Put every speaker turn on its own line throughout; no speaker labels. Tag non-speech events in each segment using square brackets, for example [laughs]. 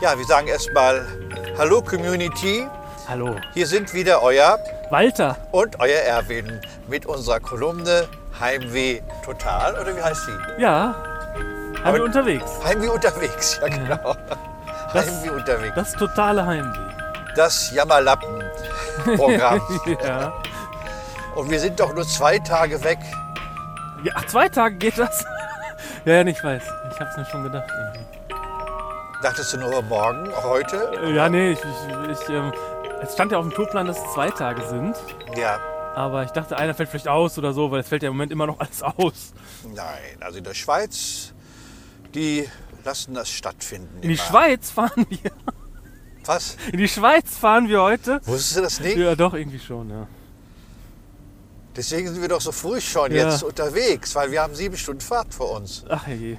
Ja, wir sagen erstmal Hallo Community.
Hallo.
Hier sind wieder euer
Walter.
und euer Erwin mit unserer Kolumne Heimweh total oder wie heißt sie?
Ja. Haben wir unterwegs.
Heimweh unterwegs, ja genau.
Das-
Heimweh unterwegs.
Das
[laughs]
totale Heimweh.
Das Jammerlappen-Programm.
[laughs] Ja.
Und wir sind doch nur zwei Tage weg.
ja. Ach, zwei Tage geht das? [laughs] ja, ja, ich weiß. Ich hab's mir schon gedacht. irgendwie.
Dachtest du nur morgen, heute?
Äh, Ja, nee, ich, ich, ich ähm, es stand ja auf dem Tourplan, dass es zwei Tage sind.
Ja.
Aber ich dachte, einer fällt vielleicht aus oder so, weil es fällt ja im Moment immer noch alles aus.
Nein, also in der Schweiz, die lassen das stattfinden.
In die
immer.
Schweiz fahren wir.
Was?
In die Schweiz fahren wir heute.
Wusstest du das nicht?
Ja, doch, irgendwie schon, ja.
Deswegen sind wir doch so früh schon
Ja.
jetzt unterwegs, weil wir haben sieben Stunden Fahrt vor uns.
Ach je.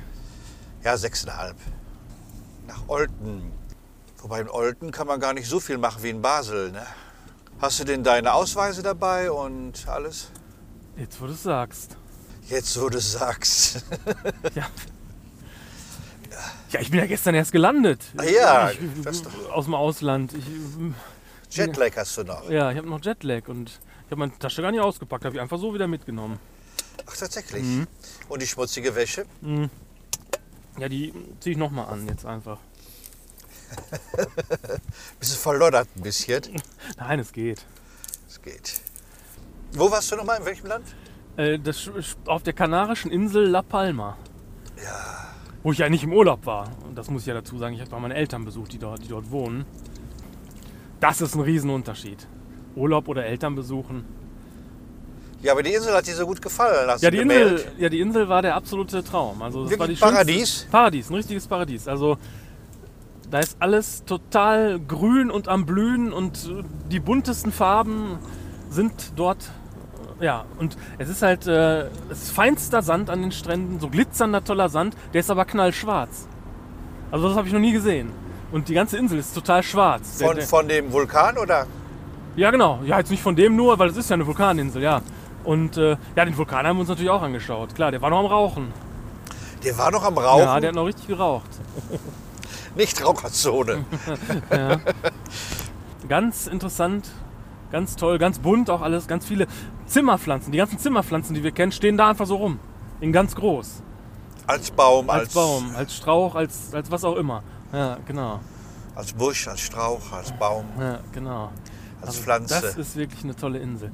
Ja, sechseinhalb. Nach Olten. Wobei in Olten kann man gar nicht so viel machen wie in Basel. Ne? Hast du denn deine Ausweise dabei und alles?
Jetzt, wo du sagst.
Jetzt, wo du sagst. [laughs]
Ja. Ja, ich bin ja gestern erst gelandet.
Ah ja,
ich,
das doch.
aus dem Ausland. Ich,
Jetlag hast du noch.
ja, ich habe noch Jetlag und ich habe meine Tasche gar nicht ausgepackt, habe ich einfach so wieder mitgenommen.
Ach, tatsächlich.
Mhm.
Und die schmutzige Wäsche?
Ja, die ziehe ich nochmal an jetzt einfach.
Bisschen verloddert ein bisschen.
Nein, es geht.
Es geht. Wo warst du nochmal? In welchem Land?
Äh, das, sch- sch- auf der kanarischen Insel La Palma. Wo ich ja nicht im Urlaub war. Und das muss ich ja dazu sagen. Ich habe meine Eltern besucht, die dort, die dort wohnen. Das ist ein Riesenunterschied. Urlaub oder Eltern besuchen.
Ja, aber die Insel hat dir so gut gefallen. Hast
Ja
du
die,
gemeldet.
Insel, ja, die Insel war der absolute Traum. Also das
Wirklich
war die
Paradies?
schönste- Paradies, ein richtiges Paradies. Also da ist alles total grün und am Blühen und äh, die buntesten Farben sind dort. äh, Ja, und es ist halt äh, es ist feinster Sand an den Stränden, so glitzernder, toller Sand, der ist aber knallschwarz. Also das habe ich noch nie gesehen. Und die ganze Insel ist total schwarz. Der-
Von,
der-
von dem Vulkan oder?
ja, genau. Ja, jetzt nicht von dem nur, weil das ist ja eine Vulkaninsel, ja. Und äh, ja, den Vulkan haben wir uns natürlich auch angeschaut. Klar, der war noch am Rauchen.
Der war noch am Rauchen.
Ja, der hat noch richtig geraucht.
Nicht Raucherzone.
Ganz interessant, ganz toll, ganz bunt auch alles, ganz viele Zimmerpflanzen. Die ganzen Zimmerpflanzen, die wir kennen, stehen da einfach so rum. In ganz groß.
Als Baum,
Als,
als,
Baum, als Strauch, als, als was auch immer. Ja, genau.
als Busch, als Strauch, als Baum,
Ja, genau.
als
Also Das
Pflanze.
ist wirklich eine tolle Insel.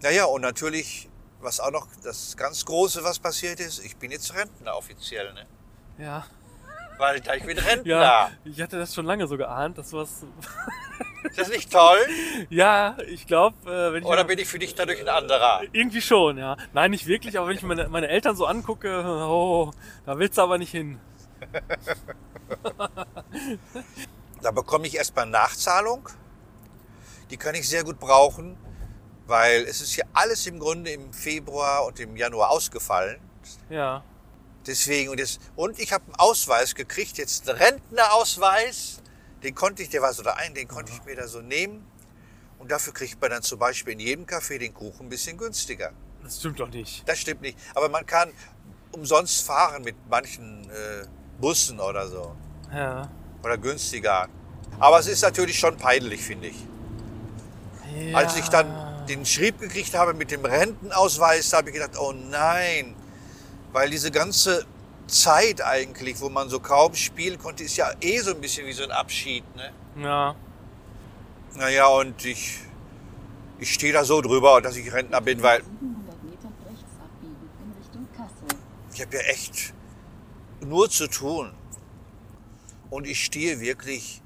Naja, und natürlich, was auch noch das ganz Große, was passiert ist, ich bin jetzt Rentner offiziell, ne?
Ja.
Weil ich bin Rentner.
Ja, ich hatte das schon lange so geahnt, dass was.
Ist das nicht toll?
Ja, ich glaube, äh, wenn ich.
Oder bin ich für dich dadurch ein anderer?
Irgendwie schon, ja. Nein, nicht wirklich, aber wenn ich meine, meine Eltern so angucke, oh, da willst du aber nicht hin.
Da bekomme ich erstmal Nachzahlung. Die kann ich sehr gut brauchen, weil es ist ja alles im Grunde im Februar und im Januar ausgefallen.
Ja.
Deswegen und jetzt und ich habe einen Ausweis gekriegt, jetzt einen Rentnerausweis. Den konnte ich, der war so da ein, den konnte ich mir da so nehmen. Und dafür kriegt man dann zum Beispiel in jedem Café den Kuchen ein bisschen günstiger.
Das stimmt doch nicht.
Das stimmt nicht. Aber man kann umsonst fahren mit manchen äh, Bussen oder so.
Ja.
Oder günstiger. Aber es ist natürlich schon peinlich, finde ich. Als ich dann den Schrieb gekriegt habe mit dem Rentenausweis, da habe ich gedacht, oh nein, weil diese ganze Zeit eigentlich, wo man so kaum spielen konnte, ist ja eh so ein bisschen wie so ein Abschied. Ne?
Ja.
Naja, und ich, ich stehe da so drüber, dass ich Rentner bin, weil
700 Metern rechts abbiegen in Richtung Kassel.
ich habe ja echt nur zu tun. Und ich stehe wirklich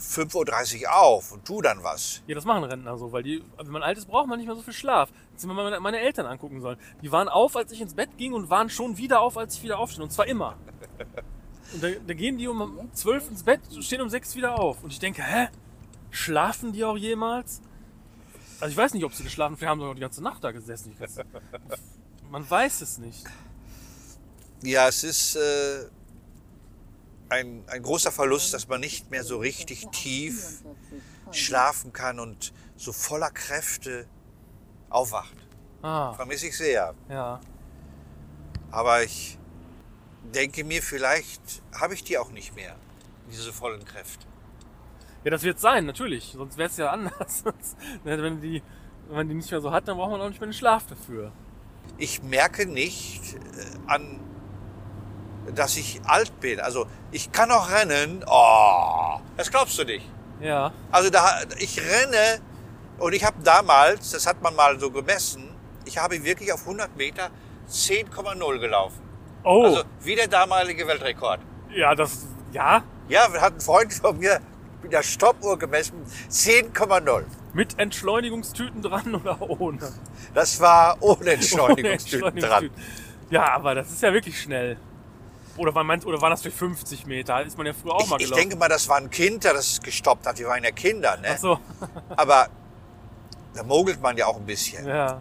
5.30 Uhr auf und tu dann was.
Ja, das machen Rentner so, weil die, wenn man alt ist, braucht man nicht mehr so viel Schlaf. Jetzt hätten wir meine, meine Eltern angucken sollen. Die waren auf, als ich ins Bett ging und waren schon wieder auf, als ich wieder aufstehe. Und zwar immer. Und da, da gehen die um zwölf ins Bett, stehen um sechs wieder auf. Und ich denke, hä? Schlafen die auch jemals? Also ich weiß nicht, ob sie geschlafen haben. Vielleicht haben sie auch die ganze Nacht da gesessen. Ich weiß- Man weiß es nicht.
Ja, es ist äh, ein, ein großer Verlust, dass man nicht mehr so richtig tief
44.
schlafen kann und so voller Kräfte aufwacht.
Ah,
Vermisse ich sehr.
ja.
Aber ich denke mir, vielleicht habe ich die auch nicht mehr, diese vollen Kräfte.
Ja, das wird sein, natürlich. Sonst wäre es ja anders. [laughs] Sonst- ne, wenn, die, wenn man die nicht mehr so hat, dann braucht man auch nicht mehr den Schlaf dafür.
Ich merke nicht äh, an, dass ich alt bin. Also ich kann auch rennen. Oh, das glaubst du nicht.
Ja.
Also da, ich renne und ich habe damals, das hat man mal so gemessen, ich habe wirklich auf 100 Meter 10,0 gelaufen.
Oh,
Also wie der damalige Weltrekord.
ja, das, ja,
Ja, wir hatten Freund von mir mit der Stoppuhr gemessen 10,0.
mit Entschleunigungstüten dran oder ohne?
Das war ohne
[laughs] Ohne
Entschleunigungstüten dran.
Ja, aber das ist ja wirklich schnell. Oder, war meinst, oder waren das durch 50 Meter? Ist man ja früher auch
Ich,
mal
ich
gelaufen.
denke mal, das war ein Kind, der das gestoppt hat. Wir waren ja Kinder, ne?
Ach so,
Aber da mogelt man ja auch ein bisschen.
ja.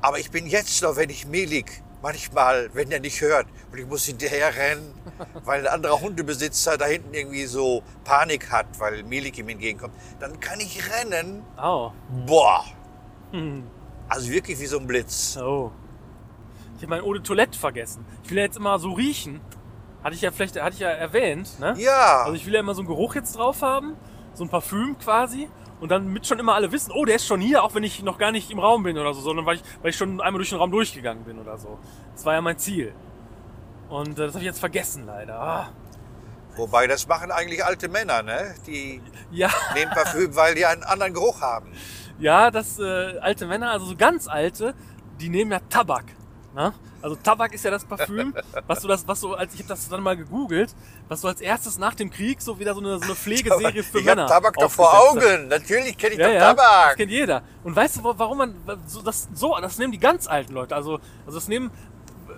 Aber ich bin jetzt noch, wenn ich Milik manchmal, wenn der nicht hört und ich muss hinterher
[laughs]
rennen, weil ein anderer Hundebesitzer da hinten irgendwie so Panik hat, weil Milik ihm entgegenkommt, dann kann ich rennen.
Au.
Boah,
Hm.
also wirklich wie so ein Blitz.
Oh. Ich habe mein Eau de Toilette vergessen. Ich will ja jetzt immer so riechen. Hatte ich ja vielleicht, hatte ich ja erwähnt, ne?
Ja,
Also ich will ja immer so einen Geruch jetzt drauf haben, so ein Parfüm quasi. Und dann mit schon immer alle wissen, oh, der ist schon hier, auch wenn ich noch gar nicht im Raum bin oder so, sondern weil ich, weil ich schon einmal durch den Raum durchgegangen bin oder so. Das war ja mein Ziel. Und äh, das habe ich jetzt vergessen leider. Ah,
wobei das machen eigentlich alte Männer, ne? Die
ja, [laughs]
nehmen Parfüm, weil die einen anderen Geruch haben.
ja, das äh, alte Männer, also so ganz alte, die nehmen ja Tabak. Ne? Also Tabak ist ja
[laughs]
das Parfüm, was du das, was so, als ich habe das dann mal gegoogelt, was so als erstes nach dem Krieg so wieder
[laughs]
so eine, so eine Pflegeserie für
ich
Männer.
hab Tabak doch vor
aufgesetzt hat.
Augen. Natürlich kenne ich
Ja,
doch
ja, das
Tabak.
kennt jeder. Und weißt du, wo- warum man so das so, das nehmen die ganz alten Leute. Also, also das nehmen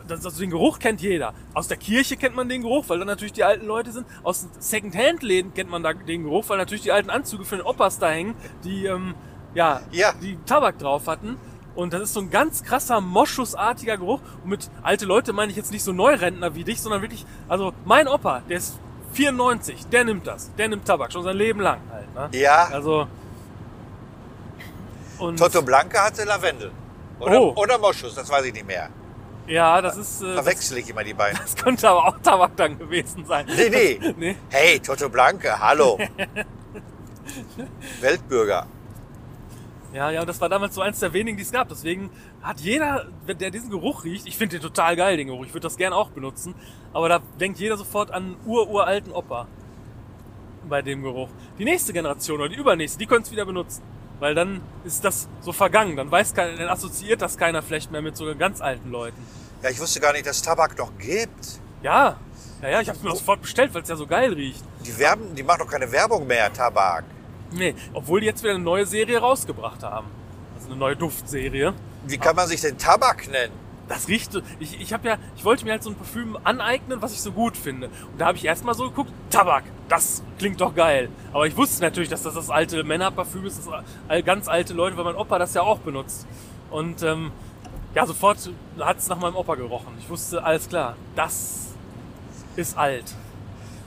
das, also den Geruch kennt jeder. Aus der Kirche kennt man den Geruch, weil da natürlich die alten Leute sind. Aus Secondhand Läden kennt man da den Geruch, weil natürlich die alten Anzüge für den Opas da hängen, die ähm, ja,
Ja.
die Tabak drauf hatten. Und das ist so ein ganz krasser, moschusartiger Geruch. Und mit alte Leute meine ich jetzt nicht so Neurentner wie dich, sondern wirklich, also mein Opa, der ist 94, der nimmt das. Der nimmt Tabak, schon sein Leben lang halt. Ne?
Ja.
Also. Und
Toto Blanca hatte Lavendel. Oder,
Oh.
oder Moschus, das weiß ich nicht mehr.
ja, das ist. Äh, das,
Verwechsel ich immer die beiden.
das könnte aber auch Tabak dann gewesen sein.
Nee, nee.
[laughs] nee.
Hey, Toto Blanke,
[laughs]
hallo. Weltbürger.
Ja, ja, und das war damals so eins der wenigen, die es gab. Deswegen hat jeder, wenn der diesen Geruch riecht, ich finde den total geil, den Geruch. Ich würde das gerne auch benutzen. Aber da denkt jeder sofort an einen ururalten Opa. Bei dem Geruch. Die nächste Generation oder die übernächste, die können es wieder benutzen. Weil dann ist das so vergangen. Dann weiß keiner, dann assoziiert das keiner vielleicht mehr mit so ganz alten Leuten.
Ja, ich wusste gar nicht, dass es Tabak noch gibt.
Ja, ja, ja, ich hab's mir auch sofort bestellt, weil es ja so geil riecht.
Die werben, die machen doch keine Werbung mehr, Tabak.
Nee, obwohl die jetzt wieder eine neue Serie rausgebracht haben. Also eine neue Duftserie.
Wie kann man sich denn Tabak nennen?
Das riecht so. Ich, ich hab ja, ich wollte mir halt so ein Parfüm aneignen, was ich so gut finde. Und da habe ich erstmal so geguckt, Tabak, das klingt doch geil. Aber ich wusste natürlich, dass das das alte Männerparfüm ist, das all- ganz alte Leute, weil mein Opa das ja auch benutzt. Und ähm, ja, sofort hat's nach meinem Opa gerochen. Ich wusste, alles klar, das ist alt.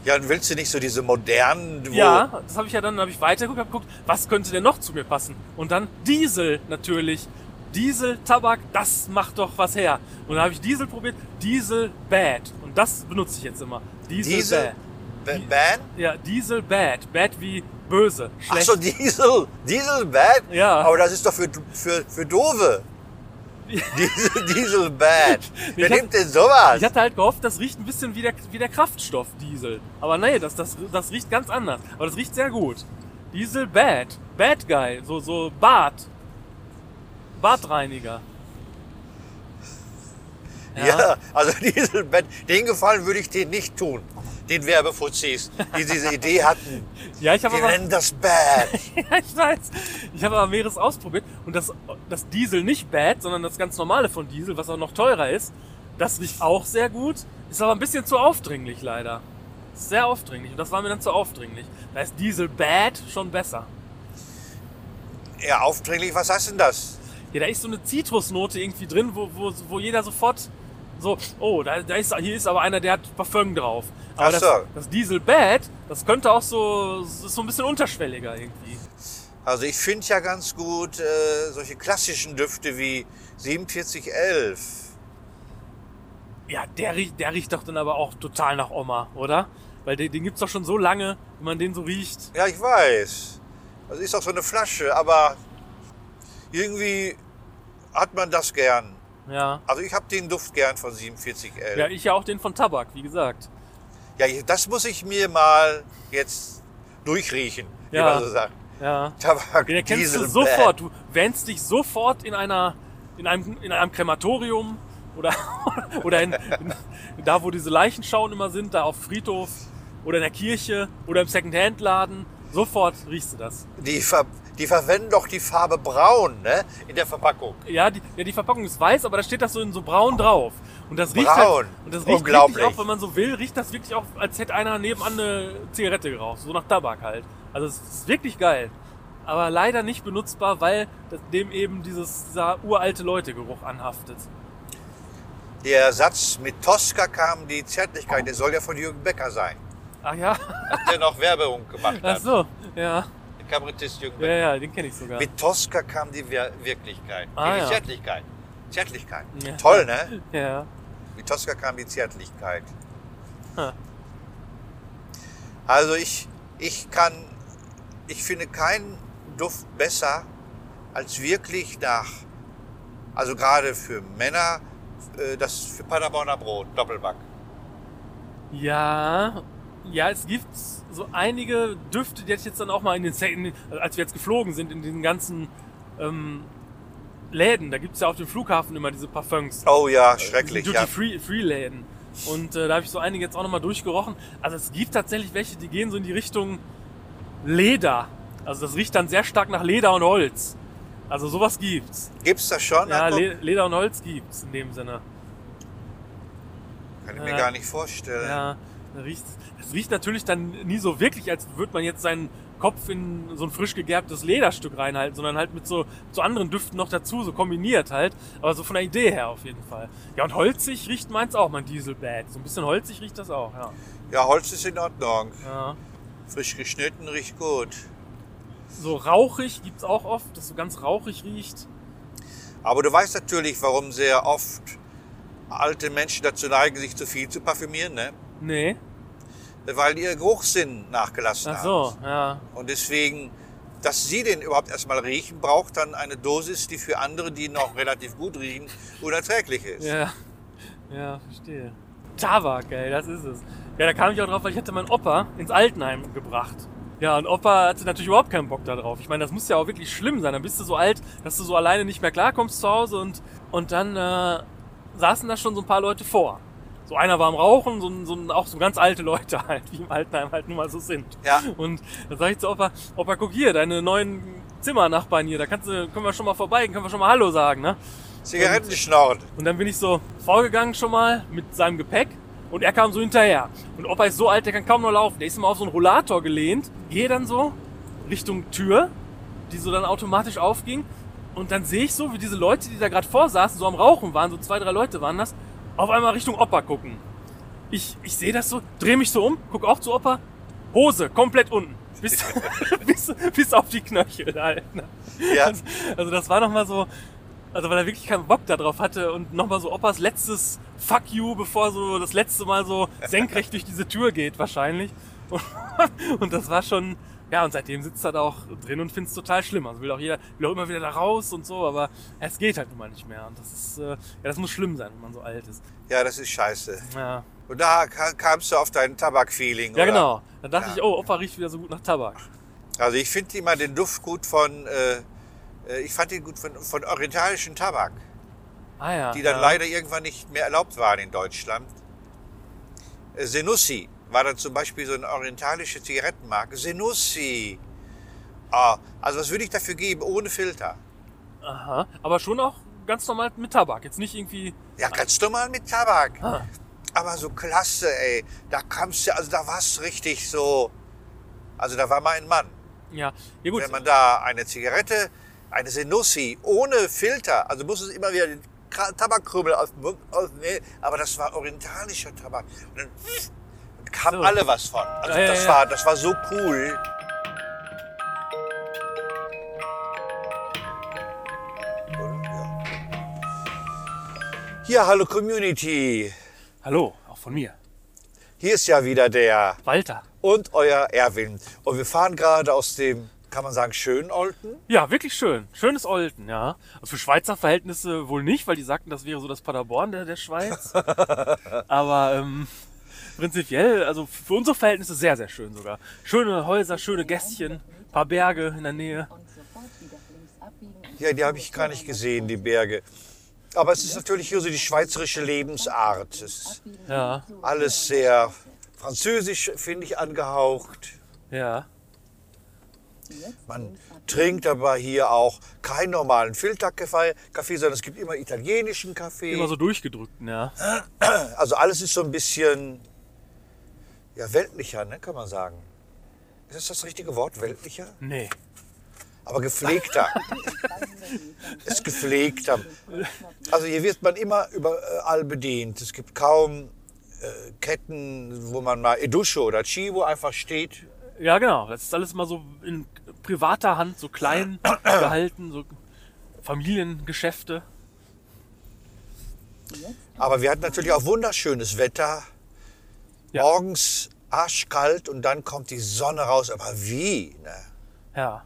Ja, dann willst du nicht so diese modernen, wo
Ja, das habe ich ja dann, habe ich weitergeguckt, habe geguckt, was könnte denn noch zu mir passen? Und dann Diesel natürlich. Diesel, Tabak, das macht doch was her. Und dann habe ich Diesel probiert, Diesel Bad. Und das benutze ich jetzt immer. Diesel,
Diesel,
Die-
Ba- Ban?
Bad. Ja, Diesel Bad. Bad wie böse,
Ach
schlecht.
so, Diesel, Diesel Bad?
Ja.
Aber das ist doch für, für, für Dove. Diesel, Diesel
[laughs]
Bad. Wer
Ich hab-
nimmt denn sowas?
Ich hatte halt gehofft, das riecht ein bisschen wie der, wie der Kraftstoff Diesel. Aber nee, das, das, das riecht ganz anders. Aber das riecht sehr gut. Diesel Bad. Bad Guy. So, so Bart. Bartreiniger.
Ja. also [laughs] Diesel Bad, den Gefallen würde ich denen nicht tun. Den Werbefuzis, die diese Idee hatten.
Ja, [laughs] ich habe
Die
aber,
nennen das Bad.
ja, ich weiß. Ich habe aber mehres ausprobiert und das, das Diesel nicht Bad, sondern das ganz normale von Diesel, was auch noch teurer ist, das riecht auch sehr gut, ist aber ein bisschen zu aufdringlich leider. Ist Sehr aufdringlich und das war mir dann zu aufdringlich. Da ist Diesel Bad schon besser.
Ja, aufdringlich, was heißt denn das?
Ja, da ist so eine Zitrusnote irgendwie drin, wo, wo, wo jeder sofort so, oh, da, da ist, hier ist aber einer, der hat Parfum drauf. Aber
Ach so.
das, das Diesel Bad, das könnte auch so, das ist so ein bisschen unterschwelliger irgendwie.
Also ich finde ja ganz gut äh, solche klassischen Düfte wie 4711.
Ja, der, riecht- der riecht doch dann aber auch total nach Oma, oder? Weil den, den gibt's doch schon so lange, wenn man den so riecht.
Ja, ich weiß. Das ist auch so eine Flasche, aber irgendwie hat man das gern.
Ja.
Also ich habe den Duft gern von 47L.
Ja, ich ja auch den von Tabak, wie gesagt.
Ja, ich- das muss ich mir mal jetzt durchriechen,
Ja.
wie man so sagt.
Ja.
Tabak,
Den erkennst du
Diesel,
sofort. Du wähnst dich sofort in einer, in einem, in einem Krematorium oder, [laughs] oder in, in, da, wo diese Leichenschauen immer sind, da auf dem Friedhof oder in der Kirche oder im Secondhand-Laden. Sofort riechst du das.
bäh. Die, ver die verwenden doch die Farbe braun ne? in der Verpackung.
Ja, die, ja, die Verpackung ist weiß, aber da steht das so in so braun drauf. Und das riecht
Braun.
Halt, und das riecht
Unglaublich.
wirklich auch, wenn man so will, riecht das wirklich auch, als hätte einer nebenan eine Zigarette geraucht, so nach Tabak halt. Also es ist wirklich geil. Aber leider nicht benutzbar, weil das, dem eben dieses, dieser uralte Leute-Geruch anhaftet.
Der Satz, mit Tosca kam die Zärtlichkeit, der soll ja von Jürgen Becker sein,
Ach ja,
der noch Werbung gemacht
ach
hat.
so, ja,
Der Kabarettist Jürgen
ja,
Becker.
ja, den kenne ich sogar.
Mit Tosca kam die Wir Wirklichkeit,
Ah,
die
ja.
Zärtlichkeit. Zärtlichkeit.
Ja.
Toll, ne?
Ja,
Mit Tosca kam die Zärtlichkeit.
Ha.
Also ich, ich kann, ich finde keinen Duft besser als wirklich nach, also gerade für Männer, äh, das für Paderborner Brot, Doppelback.
ja, ja, es gibt so einige Düfte, die hatte ich jetzt dann auch mal in den, Sec- in den also als wir jetzt geflogen sind, in den ganzen ähm, Läden, da gibt's ja auf dem Flughafen immer diese Parfums.
Oh ja, schrecklich,
Duty
ja.
Free, Free Läden. Und äh, da habe ich so einige jetzt auch nochmal durchgerochen. Also es gibt tatsächlich welche, die gehen so in die Richtung Leder. Also das riecht dann sehr stark nach Leder und Holz. Also sowas gibt's.
Gibt's das schon?
Ja,
Na, guck,
Le Leder und Holz gibt's in dem Sinne.
kann ich mir
ja.
gar nicht vorstellen.
Ja, da riecht, das riecht natürlich dann nie so wirklich, als würde man jetzt seinen Kopf in so ein frisch gegerbtes Lederstück reinhalten, sondern halt mit so, so anderen Düften noch dazu, so kombiniert halt. Aber so von der Idee her auf jeden Fall. Ja, und holzig riecht meins auch, mein Dieselbad. So ein bisschen holzig riecht das auch, ja.
ja, Holz ist in Ordnung.
ja.
Frisch geschnitten riecht gut.
So rauchig gibt's auch oft, dass so ganz rauchig riecht.
Aber du weißt natürlich, warum sehr oft alte Menschen dazu neigen, sich zu viel zu parfümieren, ne?
Nee.
Weil ihr Geruchssinn nachgelassen
Ach so,
hat.
ja.
Und deswegen, dass sie den überhaupt erstmal riechen, braucht dann eine Dosis, die für andere, die noch relativ gut riechen, unerträglich ist.
Ja, ja, verstehe. Tabak, ey, das ist es. Ja, da kam ich auch drauf, weil ich hatte meinen Opa ins Altenheim gebracht. Ja, und Opa hatte natürlich überhaupt keinen Bock da drauf. Ich meine, das muss ja auch wirklich schlimm sein. Dann bist du so alt, dass du so alleine nicht mehr klarkommst zu Hause und, und dann äh, saßen da schon so ein paar Leute vor. So einer war am Rauchen, so, ein- so ein- auch so ganz alte Leute [laughs] halt, wie im Altenheim halt nun mal so sind.
Ja.
Und dann sage ich zu Opa, Opa, guck hier, deine neuen Zimmernachbarn hier, da kannst du, können wir schon mal vorbei, können wir schon mal Hallo sagen, ne?
Zigaretten schnorren.
[laughs] Und dann bin ich so vorgegangen schon mal mit seinem Gepäck und er kam so hinterher. Und Opa ist so alt, der kann kaum noch laufen. Der ist immer auf so einen Rollator gelehnt, gehe dann so Richtung Tür, die so dann automatisch aufging. Und dann sehe ich so, wie diese Leute, die da gerade vorsaßen, so am Rauchen waren, so zwei, drei Leute waren das, auf einmal Richtung Opa gucken. Ich, ich sehe das so, drehe mich so um, guck auch zu Opa, Hose komplett unten. Bis, [laughs] bis, bis auf die Knöchel halt. ne?
Ja.
Also, also das war nochmal so, also weil er wirklich keinen Bock darauf hatte und nochmal so Opas letztes Fuck you, bevor so das letzte Mal so senkrecht durch diese Tür geht wahrscheinlich. [laughs] Und, und das war schon, ja und seitdem sitzt er da auch drin und find's total schlimm. Also will auch jeder, will auch immer wieder da raus und so, aber es geht halt nun mal nicht mehr. Und das ist, äh, ja das muss schlimm sein, wenn man so alt ist.
Ja, das ist scheiße.
Ja,
Und da ka- kamst du auf dein Tabakfeeling.
ja
oder?
genau. Dann dachte
Ja.
ich, oh, Opa riecht wieder so gut nach Tabak.
Also ich finde immer den Duft gut von, äh, äh, ich fand ihn gut von, von orientalischen Tabak.
Ah ja.
die dann
ja.
leider irgendwann nicht mehr erlaubt waren in Deutschland. Äh, Senussi war dann zum Beispiel so eine orientalische Zigarettenmarke. Senussi. Ah, also was würde ich dafür geben ohne Filter?
Aha. Aber schon auch ganz normal mit Tabak. Jetzt nicht irgendwie.
Ja, ganz normal mit Tabak.
Ah.
Aber so klasse, ey. Da kamst du, also da war's richtig so. Also da war mal ein Mann.
Ja, ja gut.
Wenn man da eine Zigarette, eine Senussi ohne Filter, also muss es immer wieder den Ka- Tabakkrümel aus dem Mund, aus, nee, aber das war orientalischer Tabak. Und dann haben
So.
alle was von. Also
Ja, ja,
das,
ja.
War, das war so cool. Oder? Ja. Hier, hallo Community.
Hallo, auch von mir.
Hier ist ja wieder der
Walter.
und euer Erwin. Und wir fahren gerade aus dem, kann man sagen, schönen Olten.
Ja, wirklich schön. Schönes Olten, ja. Also für Schweizer Verhältnisse wohl nicht, weil die sagten, das wäre so das Paderborn der, der [laughs] Schweiz. Aber ähm, prinzipiell, also für unsere Verhältnisse sehr, sehr schön sogar. Schöne Häuser, schöne Gässchen, paar Berge in der Nähe.
Und sofort wieder links abbiegen. und
Ja, die habe ich
zur
gar nicht
Bürgermeister-
gesehen, die Berge. Aber es ist natürlich hier so die schweizerische Lebensart. Es ist
Abbiegen
Ja.
zur
alles sehr französisch, finde ich, angehaucht.
Ja.
Bürgermeister. Jetzt
Man
links abbiegen.
trinkt aber hier auch keinen normalen Filterkaffee, Kaffee, sondern es gibt immer italienischen Kaffee.
Immer so durchgedrückten, ja.
Also alles ist so ein bisschen ja, weltlicher, ne, kann man sagen. Ist das das richtige Wort, weltlicher?
Nee.
Aber gepflegter. ist gepflegter. Also hier wird man immer überall bedient. Es gibt kaum äh, Ketten, wo man mal Edusche oder Chivo einfach steht.
Ja, genau. Das ist alles mal so in privater Hand, so [coughs] klein gehalten, so Familiengeschäfte.
Aber wir hatten natürlich auch wunderschönes Wetter.
Ja.
Morgens arschkalt und dann kommt die Sonne raus. Aber wie? Ne?
Ja.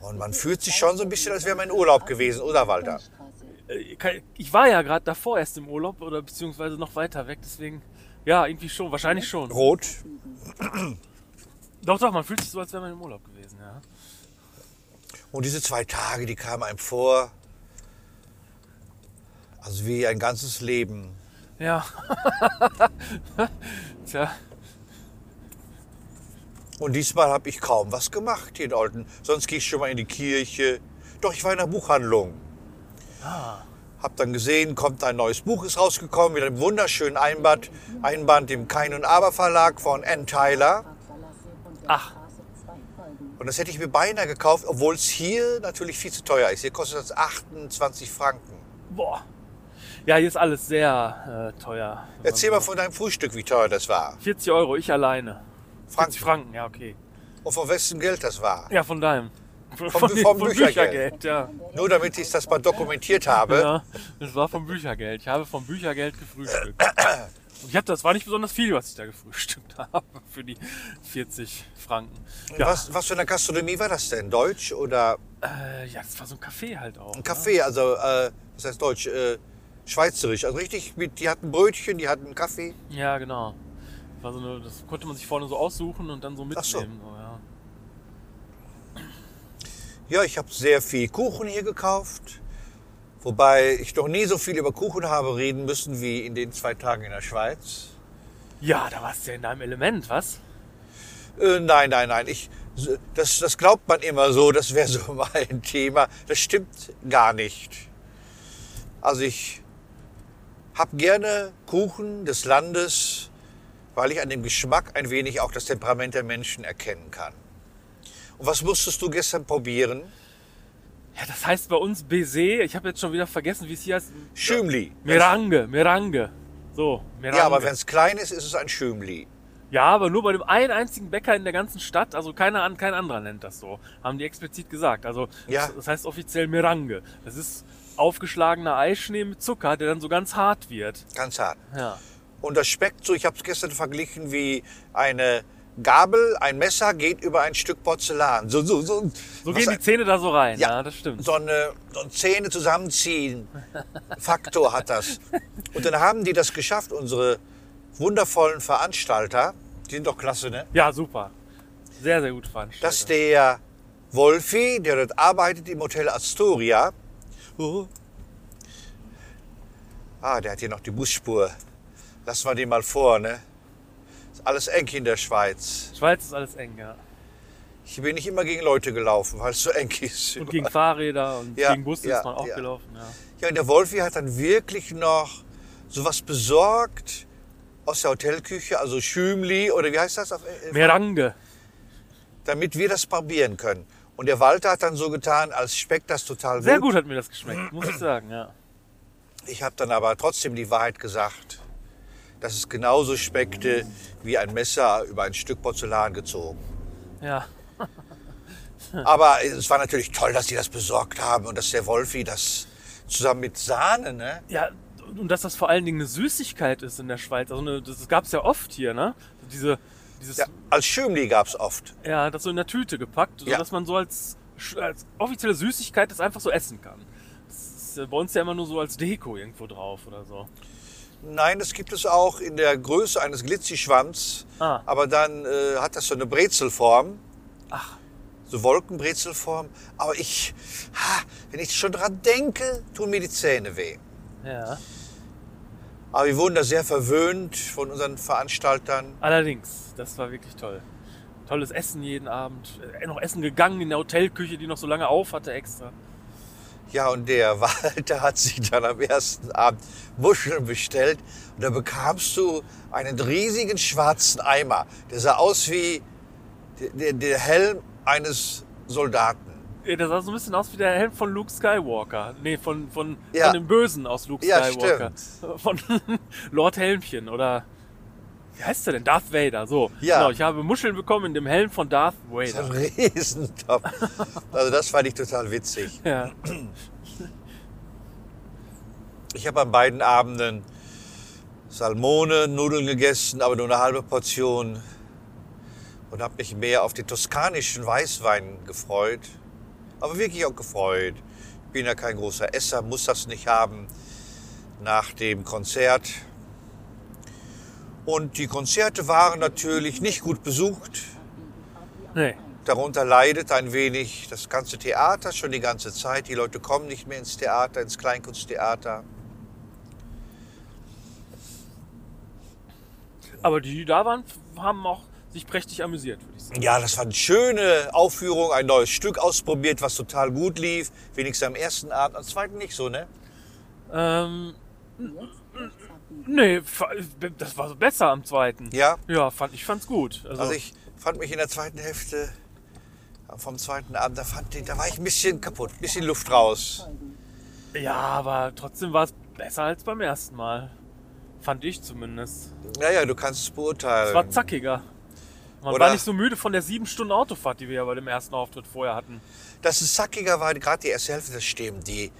Und man fühlt sich schon so ein bisschen, als wäre man in Urlaub gewesen, oder Walter?
Straße.
Äh, kein- Ich war ja gerade davor erst im Urlaub oder beziehungsweise noch weiter weg, deswegen. Ja, irgendwie schon, wahrscheinlich schon.
Rot.
Doch, doch, man fühlt sich so, als wäre man im Urlaub gewesen, ja.
Und diese zwei Tage, die kamen einem vor. Also wie ein ganzes Leben.
Ja. [laughs] Tja,
Und diesmal habe ich kaum was gemacht hier in Olten. Sonst gehe ich schon mal in die Kirche. Doch, ich war in der Buchhandlung.
Ah.
Hab dann gesehen, kommt ein neues Buch, ist rausgekommen, wieder einem wunderschönen Einband, Einband im Kein und Aber Verlag von Ann Tyler.
Park verlassen und der
Ach.
Straße zwei folgen.
Und das hätte ich mir beinahe gekauft, obwohl es hier natürlich viel zu teuer ist. Hier kostet das 28 Franken.
boah. Ja, hier ist alles sehr äh, teuer.
Erzähl mal von deinem Frühstück, wie teuer das war.
40 Euro, ich alleine. 40
Franken.
Franken, ja, okay.
Und von wessen Geld das war.
Ja, von deinem. Von,
vom Büchergeld.
ja.
Nur damit ich das mal dokumentiert habe.
Ja, das war vom Büchergeld. Ich habe vom Büchergeld gefrühstückt.
[clears throat]
Und ich habe, das war nicht besonders viel, was ich da gefrühstückt [laughs] habe für die 40 Franken. Ja,
Was, was für eine Gastronomie war das denn? Deutsch oder
Äh, ja das war so ein Café halt auch.
ein Kaffee? Also, äh, was heißt Deutsch? Äh, Schweizerisch. Also richtig, mit, die hatten Brötchen, die hatten Kaffee.
Ne? Ja, genau. War so eine, das konnte man sich vorne so aussuchen und dann so
Ach so.
mitnehmen. So, ja.
Ja, ich habe sehr viel Kuchen hier gekauft. Wobei ich noch nie so viel über Kuchen habe reden müssen wie in den zwei Tagen in der Schweiz.
ja, da warst du ja in deinem Element, was?
Äh, nein, nein, nein. Ich, das, das glaubt man immer so, das wäre so [laughs] mein Thema. Das stimmt gar nicht. Also ich habe gerne Kuchen des Landes, weil ich an dem Geschmack ein wenig auch das Temperament der Menschen erkennen kann. Und was musstest du gestern probieren?
Ja, das heißt bei uns Baiser. Ich habe jetzt schon wieder vergessen, wie es hier heißt.
Schümli.
Merange, Merange. So, Merange.
Ja, aber wenn es klein ist, ist es ein Schümli.
Ja, aber nur bei dem einen einzigen Bäcker in der ganzen Stadt, also keiner an, kein anderer nennt das so, haben die explizit gesagt. Also
Ja.
das, das heißt offiziell Merange. Das ist aufgeschlagener Eischnee mit Zucker, der dann so ganz hart wird.
Ganz hart.
Ja.
Und das schmeckt so, ich habe es gestern verglichen wie eine Gabel, ein Messer geht über ein Stück Porzellan. So, so, so,
So
was
gehen die Zähne da so rein. Ja,
Ja.
das stimmt.
so eine, so ein Zähne zusammenziehen. Faktor hat das. Und dann haben die das geschafft, unsere wundervollen Veranstalter, die sind doch klasse, ne?
Ja, super. Sehr, sehr gut veranstaltet.
Dass der Wolfi, der dort arbeitet im Hotel Astoria,
Oh.
ah, der hat hier noch die Busspur. Lassen wir den mal vor, ne? Ist alles eng in der Schweiz.
Schweiz ist alles eng, ja.
Ich bin nicht immer gegen Leute gelaufen, weil es so eng ist.
Und gegen Fahrräder und
Ja,
gegen Busse
ja,
ist man auch
ja.
gelaufen. Ja.
Ja, und der Wolfi hat dann wirklich noch sowas besorgt aus der Hotelküche, also Schümli oder wie heißt das? Auf, äh,
Merange.
damit wir das probieren können. Und der Walter hat dann so getan, als schmeckt das total
Sehr gut hat mir das geschmeckt, muss ich sagen, ja.
Ich habe dann aber trotzdem die Wahrheit gesagt, dass es genauso schmeckte wie ein Messer über ein Stück Porzellan gezogen.
Ja.
Aber es war natürlich toll, dass die das besorgt haben und dass der Wolfi das zusammen mit Sahne, ne?
Ja, und dass das vor allen Dingen eine Süßigkeit ist in der Schweiz. Also eine, das gab es ja oft hier, ne? Diese, dieses,
Ja,
ja.
als Schümli gab es oft.
das so in der Tüte gepackt,
Ja.
sodass man so als, sch- als offizielle Süßigkeit das einfach so essen kann. Das ist äh, bei uns ja immer nur so als Deko irgendwo drauf oder so.
Nein, das gibt es auch in der Größe eines Glitzischwanz.
Ah.
Aber dann äh, hat das so eine Brezelform.
Ach.
So Wolkenbrezelform. Aber ich, ha, wenn ich schon dran denke, tun mir die Zähne weh.
Ja.
Aber wir wurden da sehr verwöhnt von unseren Veranstaltern.
Allerdings, das war wirklich toll. Tolles Essen jeden Abend. Äh, noch Essen gegangen in der Hotelküche, die noch so lange auf hatte extra.
Ja, und der [laughs] Walter hat sich dann am ersten Abend Muscheln bestellt. Und da bekamst du einen riesigen schwarzen Eimer. Der sah aus wie der, der, der Helm eines Soldaten.
Ja, Der sah so ein bisschen aus wie der Helm von Luke Skywalker. Nee, von, von,
Ja.
von dem Bösen aus Luke
Ja,
Skywalker. [laughs] Von Lord Helmchen oder. Wie heißt der denn? Darth Vader, so.
Ja.
Genau, ich habe Muscheln bekommen in dem Helm von Darth
Das ist ein
Vader.
[laughs] Riesentopf. Also das fand ich total witzig.
Ja.
Ich habe an beiden Abenden Salmone, Nudeln gegessen, aber nur eine halbe Portion. Und habe mich mehr auf den toskanischen Weißwein gefreut. Aber wirklich auch gefreut. Ich bin ja kein großer Esser, muss das nicht haben nach dem Konzert. Und die Konzerte waren natürlich nicht gut besucht.
Nee.
Darunter leidet ein wenig das ganze Theater schon die ganze Zeit. Die Leute kommen nicht mehr ins Theater, ins Kleinkunsttheater.
Aber die, die da waren, f- haben auch sich prächtig amüsiert, würde ich sagen.
Ja, das war eine schöne Aufführung, ein neues Stück ausprobiert, was total gut lief. Wenigstens am ersten Abend, am zweiten nicht so, ne?
Ähm,
Jetzt rechts abbiegen.
nee, fa- das war so besser am zweiten.
Ja.
Ja, fand, ich fand's gut. Also,
Also ich fand mich in der zweiten Hälfte äh, vom zweiten Abend, da, fand ich, da war ich ein bisschen kaputt, ein bisschen Luft raus.
ja, aber trotzdem war es besser als beim ersten Mal. Fand ich zumindest.
Naja, du kannst es beurteilen.
Es war zackiger. Man
Ähm, Oder-
war nicht so müde von der sieben Stunden Autofahrt, die wir ja bei dem ersten Auftritt vorher hatten.
Dass es zackiger war, gerade die erste Hälfte, das stimmt. Die,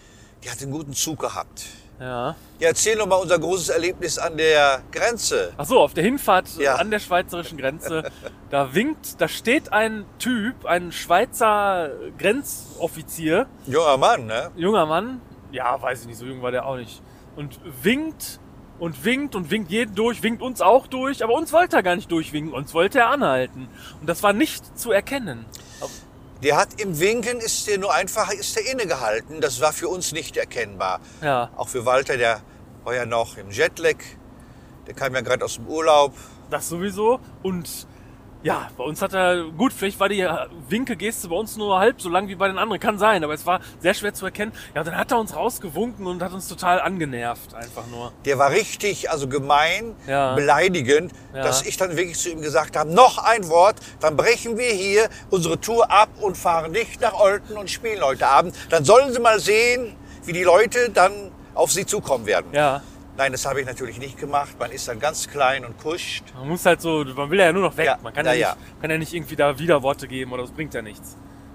die hat einen guten Zug gehabt.
Ja.
Ja, erzähl noch mal unser großes Erlebnis an der Grenze.
Ach so, auf der Hinfahrt äh,
Ja.
an der
[laughs]
schweizerischen Grenze, da winkt, da steht ein Typ, ein Schweizer Grenzoffizier,
Junger Mann, ne?
junger Mann, ja, weiß ich nicht, so jung war der auch nicht, und winkt und winkt und winkt jeden durch, winkt uns auch durch, aber uns wollte er gar nicht durchwinken, uns wollte er anhalten. Und das war nicht zu erkennen.
Der hat im Winken ist der nur einfach ist der innegehalten. Das war für uns nicht erkennbar.
Ja.
Auch für Walter, der war ja noch im Jetlag. Der kam ja gerade aus dem Urlaub.
Das sowieso. Und ja, bei uns hat er, gut, vielleicht war die Winkegeste bei uns nur halb so lang wie bei den anderen. Kann sein, aber es war sehr schwer zu erkennen. Ja, und dann hat er uns rausgewunken und hat uns total angenervt, einfach nur.
Der war richtig, also gemein,
Ja.
beleidigend,
Ja.
dass ich dann wirklich zu ihm gesagt habe, noch ein Wort, dann brechen wir hier unsere Tour ab und fahren nicht nach Olten und spielen heute Abend. Dann sollen sie mal sehen, wie die Leute dann auf sie zukommen werden.
Ja,
Nein, das habe ich natürlich nicht gemacht. Man ist dann ganz klein und kuscht.
man muss halt so, man will ja nur noch weg.
Ja,
man kann
na
ja,
ja.
nicht, kann ja nicht irgendwie da Widerworte geben oder das bringt ja nichts.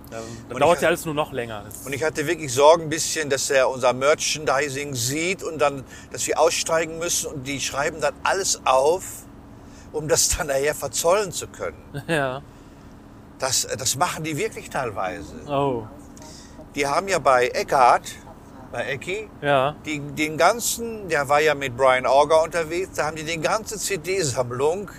Dann,
Und
dann dauert
ich-
ja alles nur noch länger. Das,
Und ich hatte wirklich Sorgen ein bisschen, dass er unser Merchandising sieht und dann, dass wir aussteigen müssen und die schreiben dann alles auf, um das dann nachher verzollen zu können.
[laughs] ja.
Das, das machen die wirklich teilweise.
Oh.
Die haben ja bei Eckhart, bei Ecki,
Ja.
die, den ganzen, der war ja mit Brian Auger unterwegs, da haben die die ganze CD-Sammlung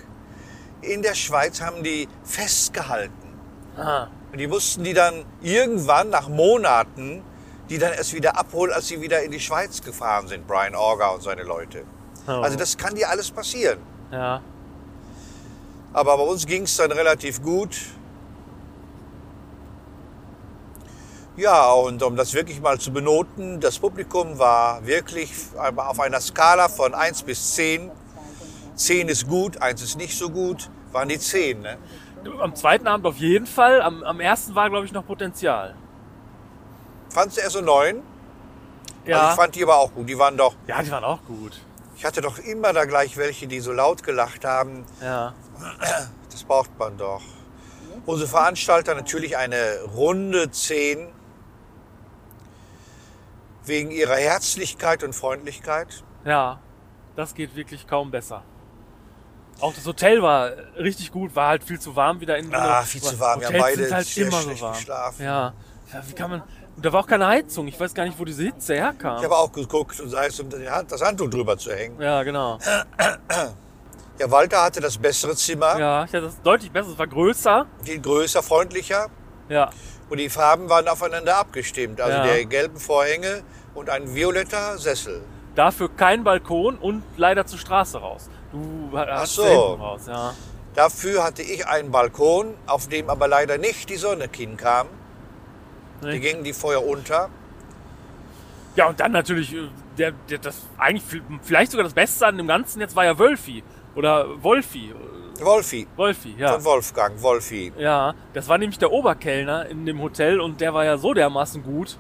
in der Schweiz haben die festgehalten.
Ah.
Und die mussten die dann irgendwann nach Monaten, die dann erst wieder abholen, als sie wieder in die Schweiz gefahren sind, Brian Orga und seine Leute.
Oh.
Also das kann dir alles passieren.
Ja.
Aber bei uns ging es dann relativ gut. Ja, und um das wirklich mal zu benoten, das Publikum war wirklich auf einer Skala von 1 bis 10. 10 ist gut, 1 ist nicht so gut, waren die 10. Ne?
Am zweiten Abend auf jeden Fall. Am, am ersten war, glaube ich, noch Potenzial.
Fandst du erst so 9?
Ja.
Also ich fand die aber auch gut. Die waren doch
ja, die waren auch gut.
Ich hatte doch immer da gleich welche, die so laut gelacht haben.
Ja.
Das braucht man doch. Unsere Veranstalter natürlich eine runde 10 wegen ihrer Herzlichkeit und Freundlichkeit.
Ja, das geht wirklich kaum besser. Auch das Hotel war richtig gut, war halt viel zu warm wieder in
Ah, viel zu warm. Wir haben
Hotels
beide
sind halt
sehr
immer
schlecht
so warm.
geschlafen.
Ja. ja, wie kann man. Und da war auch keine Heizung. Ich weiß gar nicht, wo diese Hitze herkam.
Ich habe auch geguckt und sei es, um den Hand, das Handtuch drüber zu hängen.
Ja, genau.
Ja, Walter hatte das bessere Zimmer,
Ja, ich hatte das deutlich besser. Es war größer.
viel größer, freundlicher
Ja,
und die Farben waren aufeinander abgestimmt. Also
Ja.
der gelben Vorhänge und ein violetter Sessel.
dafür kein Balkon und leider zur Straße raus. Du hast
so.
da hinten raus, ja.
Dafür hatte ich einen Balkon, auf dem aber leider nicht die Sonne hinkam. Die
Nee.
gingen die Feuer unter.
Ja, und dann natürlich, äh, der, der, das eigentlich viel- vielleicht sogar das Beste an dem Ganzen jetzt war ja Wölfi. Oder Wolfi. äh,
Wolfi,
Wolfi, ja.
von Wolfgang, Wolfi.
Ja, das war nämlich der Oberkellner in dem Hotel und der war ja so dermaßen gut.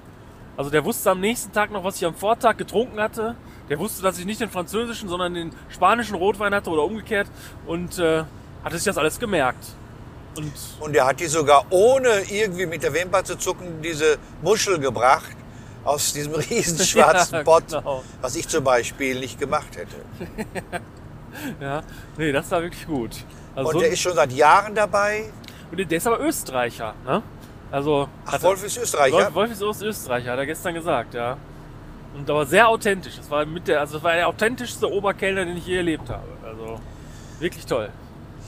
Also der wusste am nächsten Tag noch, was ich am Vortag getrunken hatte. Der wusste, dass ich nicht den französischen, sondern den spanischen Rotwein hatte oder umgekehrt und äh, hatte sich das alles gemerkt. Und
Und der hat die sogar ohne irgendwie mit der Wimper zu zucken diese Muschel gebracht aus diesem [laughs] riesen schwarzen
Ja,
Pott,
genau.
was ich zum Beispiel nicht gemacht hätte.
ja, nee, das war wirklich gut. Also
Und
so,
der ist schon seit Jahren dabei.
und der ist aber Österreicher, ne? Also
Ach,
hat-
Wolf ist Österreicher.
Wolf, Wolf ist aus Österreich, hat er gestern gesagt, ja. Und aber sehr authentisch. Das war mit der, also das war der authentischste Oberkellner, den ich je erlebt habe. Also wirklich toll.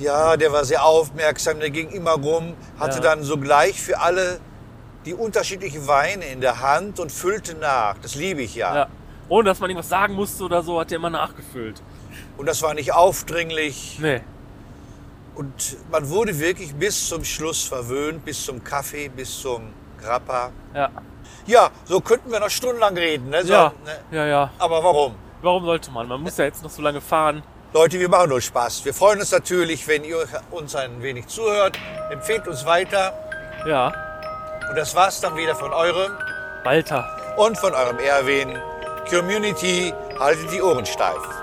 Ja, der war sehr aufmerksam, der ging immer rum, hatte
Ja.
dann sogleich für alle die unterschiedlichen Weine in der Hand und füllte nach. Das liebe ich ja.
Ja. Ohne dass man irgendwas sagen musste oder so, hat er immer nachgefüllt.
Und das war nicht aufdringlich.
Nee.
Und man wurde wirklich bis zum Schluss verwöhnt, bis zum Kaffee, bis zum Grappa.
Ja.
Ja, so könnten wir noch stundenlang reden. Ne? So,
ja.
Ne?
Ja, ja.
Aber warum?
Warum sollte man? Man muss ja jetzt noch so lange fahren.
Leute, wir machen nur Spaß. Wir freuen uns natürlich, wenn ihr uns ein wenig zuhört. Empfehlt uns weiter.
Ja.
Und das war's dann wieder von eurem
Walter.
und von eurem Erwin. Community, haltet die Ohren steif.